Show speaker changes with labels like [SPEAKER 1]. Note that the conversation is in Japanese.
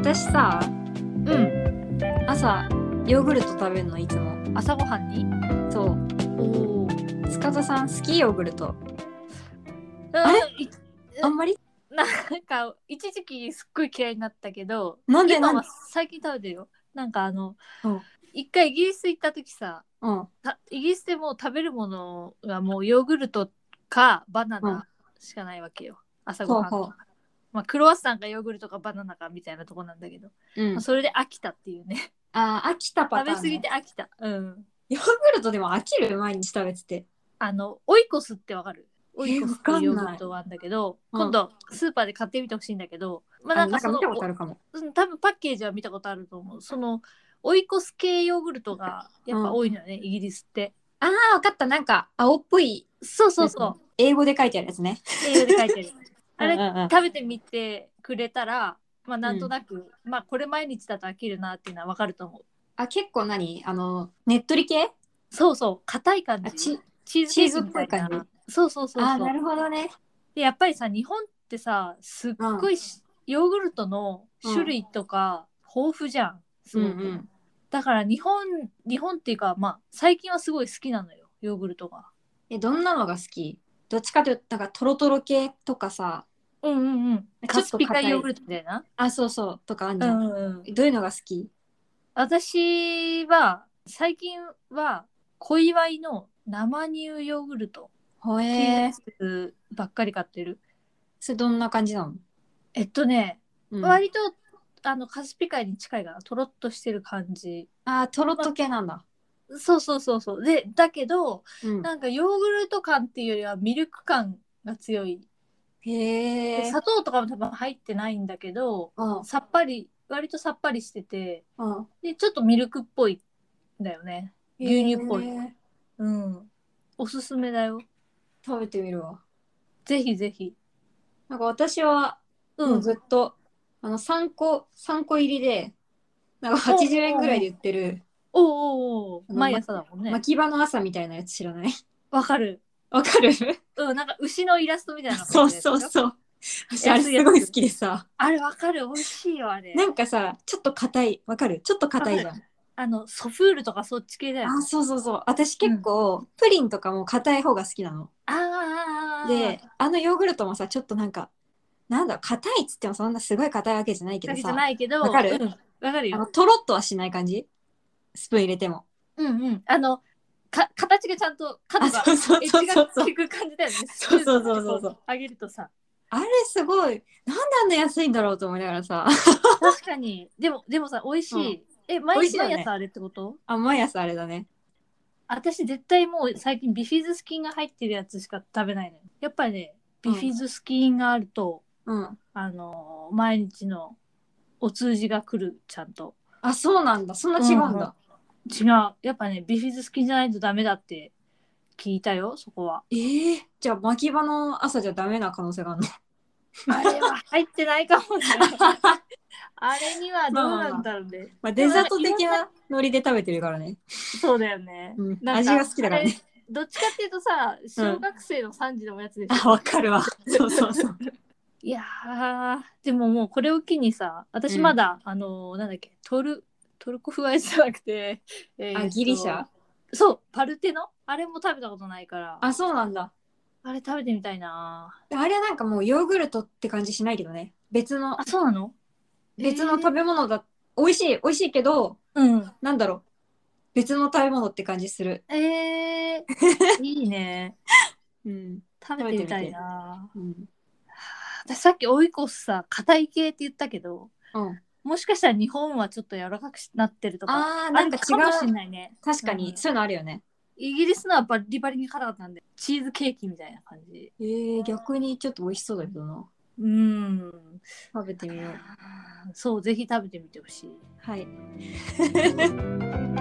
[SPEAKER 1] 私さ
[SPEAKER 2] うん
[SPEAKER 1] 朝ヨーグルト食べるのいつも
[SPEAKER 2] 朝ごはんに
[SPEAKER 1] そう
[SPEAKER 2] おお
[SPEAKER 1] 塚田さん好きヨーグルト
[SPEAKER 2] あ
[SPEAKER 1] れ
[SPEAKER 2] い
[SPEAKER 1] あんまり
[SPEAKER 2] なんか一時期すっごい嫌いになったけど
[SPEAKER 1] なんでな
[SPEAKER 2] 今
[SPEAKER 1] ん
[SPEAKER 2] は
[SPEAKER 1] で
[SPEAKER 2] 最近食べてるよなんかあの
[SPEAKER 1] うん
[SPEAKER 2] 一回イギリス行った時さ
[SPEAKER 1] うん
[SPEAKER 2] たイギリスでもう食べるものがもうヨーグルトかバナナしかないわけよ、朝ごはん
[SPEAKER 1] ほうほ
[SPEAKER 2] はまあクロワッサンかヨーグルトかバナナかみたいなとこなんだけど、
[SPEAKER 1] うん
[SPEAKER 2] まあ、それで飽きたっていうね
[SPEAKER 1] あー飽きたパター
[SPEAKER 2] 食べ
[SPEAKER 1] ン、ね、
[SPEAKER 2] 過ぎて飽きたうん
[SPEAKER 1] ヨーグルトでも飽きる毎日食べてて
[SPEAKER 2] あのオイコスってわかるオイコスってい
[SPEAKER 1] わかんないう
[SPEAKER 2] ヨーグルトがあるんだけど、
[SPEAKER 1] うん
[SPEAKER 2] 今度スーパーで買ってみてほしいんだけど、ま
[SPEAKER 1] あな
[SPEAKER 2] あな
[SPEAKER 1] んん
[SPEAKER 2] か
[SPEAKER 1] か
[SPEAKER 2] その
[SPEAKER 1] 見たことあるかも
[SPEAKER 2] うん、多分パッケージは見たことあると思うそのオイコス系ヨーグルトがやっぱ多いのよね、イギリスって
[SPEAKER 1] ああ分かったなんか青っぽい
[SPEAKER 2] そうそうそう
[SPEAKER 1] 英語で書いてあるやつね
[SPEAKER 2] 英語で書いてあるあ れ
[SPEAKER 1] うんうんうん
[SPEAKER 2] 食べてみてくれたらまあなんとなく、まあこれ毎日だと飽きるなっていうのはわかると思う
[SPEAKER 1] あ結構何あのねっとり系
[SPEAKER 2] そうそう硬い感
[SPEAKER 1] あ
[SPEAKER 2] じ
[SPEAKER 1] チ
[SPEAKER 2] チーズケーキみたい
[SPEAKER 1] チーズっぽい
[SPEAKER 2] な
[SPEAKER 1] 感
[SPEAKER 2] そうそうそう
[SPEAKER 1] あー
[SPEAKER 2] そ
[SPEAKER 1] な
[SPEAKER 2] う
[SPEAKER 1] るほどね
[SPEAKER 2] でやっぱりさ日本ってさすっごいし、ヨーグルトの種類とか豊富じゃん、すごくだから日本日本っていうかまあ最近はすごい好きなのよヨーグルトが
[SPEAKER 1] えどんなのが好きどっちかというとなんかトロトロ系とかさ
[SPEAKER 2] うんうんうんち
[SPEAKER 1] ちょ
[SPEAKER 2] ょっ
[SPEAKER 1] っ
[SPEAKER 2] と
[SPEAKER 1] と
[SPEAKER 2] ピカ
[SPEAKER 1] 硬い
[SPEAKER 2] ヨーグルトみたいな
[SPEAKER 1] あそうそうとかあん
[SPEAKER 2] う
[SPEAKER 1] じゃん、
[SPEAKER 2] んうんうん
[SPEAKER 1] どういうのが好き
[SPEAKER 2] 私は最近は小祝いの生乳ヨーグルト
[SPEAKER 1] ほ
[SPEAKER 2] っていう
[SPEAKER 1] え
[SPEAKER 2] や
[SPEAKER 1] ー、
[SPEAKER 2] つばっかり買ってる、
[SPEAKER 1] それどんな感じなの、
[SPEAKER 2] えっとね、
[SPEAKER 1] うん、あ
[SPEAKER 2] 割とあのカスピ海に近いかなとろっとしてる感じ
[SPEAKER 1] ートロット系なんだ、
[SPEAKER 2] そうそうそうそうでだけど
[SPEAKER 1] うん、
[SPEAKER 2] なんかヨーグルト感っていうよりはミルク感が強い
[SPEAKER 1] へ
[SPEAKER 2] で
[SPEAKER 1] え
[SPEAKER 2] 砂糖とかも多分入ってないんだけど
[SPEAKER 1] うん
[SPEAKER 2] さっぱり割とさっぱりしてて
[SPEAKER 1] うん
[SPEAKER 2] でちょっとミルクっぽいんだよね牛乳っぽい
[SPEAKER 1] へー
[SPEAKER 2] うんおすすめだよ
[SPEAKER 1] 食べてみるわ
[SPEAKER 2] ぜひぜひ
[SPEAKER 1] なんか私はも
[SPEAKER 2] う
[SPEAKER 1] うんずっと、あの3個3個入りでなんか80円ぐらいで売ってる
[SPEAKER 2] おうおうおう
[SPEAKER 1] あの
[SPEAKER 2] 毎朝だもんね
[SPEAKER 1] 巻き場の朝みたいなやつ知らない
[SPEAKER 2] わかる
[SPEAKER 1] わかる
[SPEAKER 2] うんなんか牛のイラストみたいなの
[SPEAKER 1] そうそう
[SPEAKER 2] う
[SPEAKER 1] そう私あれすごい好きでさ
[SPEAKER 2] あれわかる美味しいよあれ
[SPEAKER 1] なんかさちょっと硬いわかるちょっと硬いじゃん
[SPEAKER 2] あのソフールとかそっち系だよ
[SPEAKER 1] あそうそうそう私結構、プリンとかも硬い方が好きなの
[SPEAKER 2] あーあーあー
[SPEAKER 1] であのヨーグルトもさちょっとなんかなんだろう硬いっつってもそんなすごい硬いわけじゃないけ
[SPEAKER 2] だ
[SPEAKER 1] ど
[SPEAKER 2] けじ
[SPEAKER 1] さ
[SPEAKER 2] ゃないけど
[SPEAKER 1] わかる
[SPEAKER 2] うんわかる
[SPEAKER 1] あの
[SPEAKER 2] よ
[SPEAKER 1] トロッとはしない感じスプーン入れても
[SPEAKER 2] うんうんあのか形がちゃんと角が
[SPEAKER 1] あそうそう
[SPEAKER 2] エッ
[SPEAKER 1] そう
[SPEAKER 2] ジ
[SPEAKER 1] そ
[SPEAKER 2] が
[SPEAKER 1] うそう
[SPEAKER 2] 効く感じだよね
[SPEAKER 1] そうそうそうそうそう
[SPEAKER 2] あげるとさ
[SPEAKER 1] あれすごいなんであんな安いんだろうと思いながらさ
[SPEAKER 2] 確かにでもでもさ美味しい、え
[SPEAKER 1] 美
[SPEAKER 2] 毎
[SPEAKER 1] 味し
[SPEAKER 2] 日
[SPEAKER 1] いよね
[SPEAKER 2] 毎朝あれってこと
[SPEAKER 1] あ毎朝あれだね
[SPEAKER 2] 私絶対もう最近ビフィズス菌が入ってるやつしか食べないのよやっぱりねビフィズス菌があると、
[SPEAKER 1] うん
[SPEAKER 2] あのー毎日のお通じが来るちゃんと
[SPEAKER 1] あそうなんだそんな違うんだ、
[SPEAKER 2] 違うやっぱねビフィズス菌じゃないとダメだって聞いたよそこは
[SPEAKER 1] えー、じゃあ巻き場の朝じゃダメな可能性 があるの
[SPEAKER 2] あれは入ってないかもねあれにはどうなんだろうね、
[SPEAKER 1] まあデザート的なノリで食べてるからね、
[SPEAKER 2] そうだよね、
[SPEAKER 1] うん、
[SPEAKER 2] なん
[SPEAKER 1] 味
[SPEAKER 2] か
[SPEAKER 1] が好きだからね
[SPEAKER 2] あれどっちかっていうとさ小学生の3時のおやつでしょ、
[SPEAKER 1] あ わかるわそうそうそう
[SPEAKER 2] いやーでももうこれを機にさ私まだ、あのーなんだっけトルトルコフアイスじゃなくて、えー
[SPEAKER 1] あ
[SPEAKER 2] と
[SPEAKER 1] ギリシャ
[SPEAKER 2] そうパルテノあれも食べたことないからあ
[SPEAKER 1] あそうなんだ
[SPEAKER 2] れ食べてみたいな
[SPEAKER 1] あれなんかもうヨーグルトって感じしないけどね別の
[SPEAKER 2] あそうなの
[SPEAKER 1] 別の食べ物だ、美味しい美味しいけど
[SPEAKER 2] うん
[SPEAKER 1] なんだろう別の食べ物って感じする、
[SPEAKER 2] えー、 いいね
[SPEAKER 1] うん
[SPEAKER 2] 食べてみたいな
[SPEAKER 1] うん
[SPEAKER 2] 私さっきオイコスさ硬い系って言ったけど
[SPEAKER 1] うん、
[SPEAKER 2] もしかしたら日本はちょっと柔らかくなってるとか
[SPEAKER 1] あー
[SPEAKER 2] あ
[SPEAKER 1] な
[SPEAKER 2] る
[SPEAKER 1] んか違
[SPEAKER 2] かもしれ
[SPEAKER 1] う
[SPEAKER 2] ないね
[SPEAKER 1] 確か
[SPEAKER 2] う
[SPEAKER 1] に
[SPEAKER 2] ん
[SPEAKER 1] そういうのあるよね、
[SPEAKER 2] イギリスのはバリバリに辛かったんでチーズケーキみたいな感じ
[SPEAKER 1] えー、逆にちょっと美味しそうだけどな
[SPEAKER 2] うん。
[SPEAKER 1] 食べてみよう
[SPEAKER 2] そう、ぜひ食べてみてほしい。
[SPEAKER 1] はい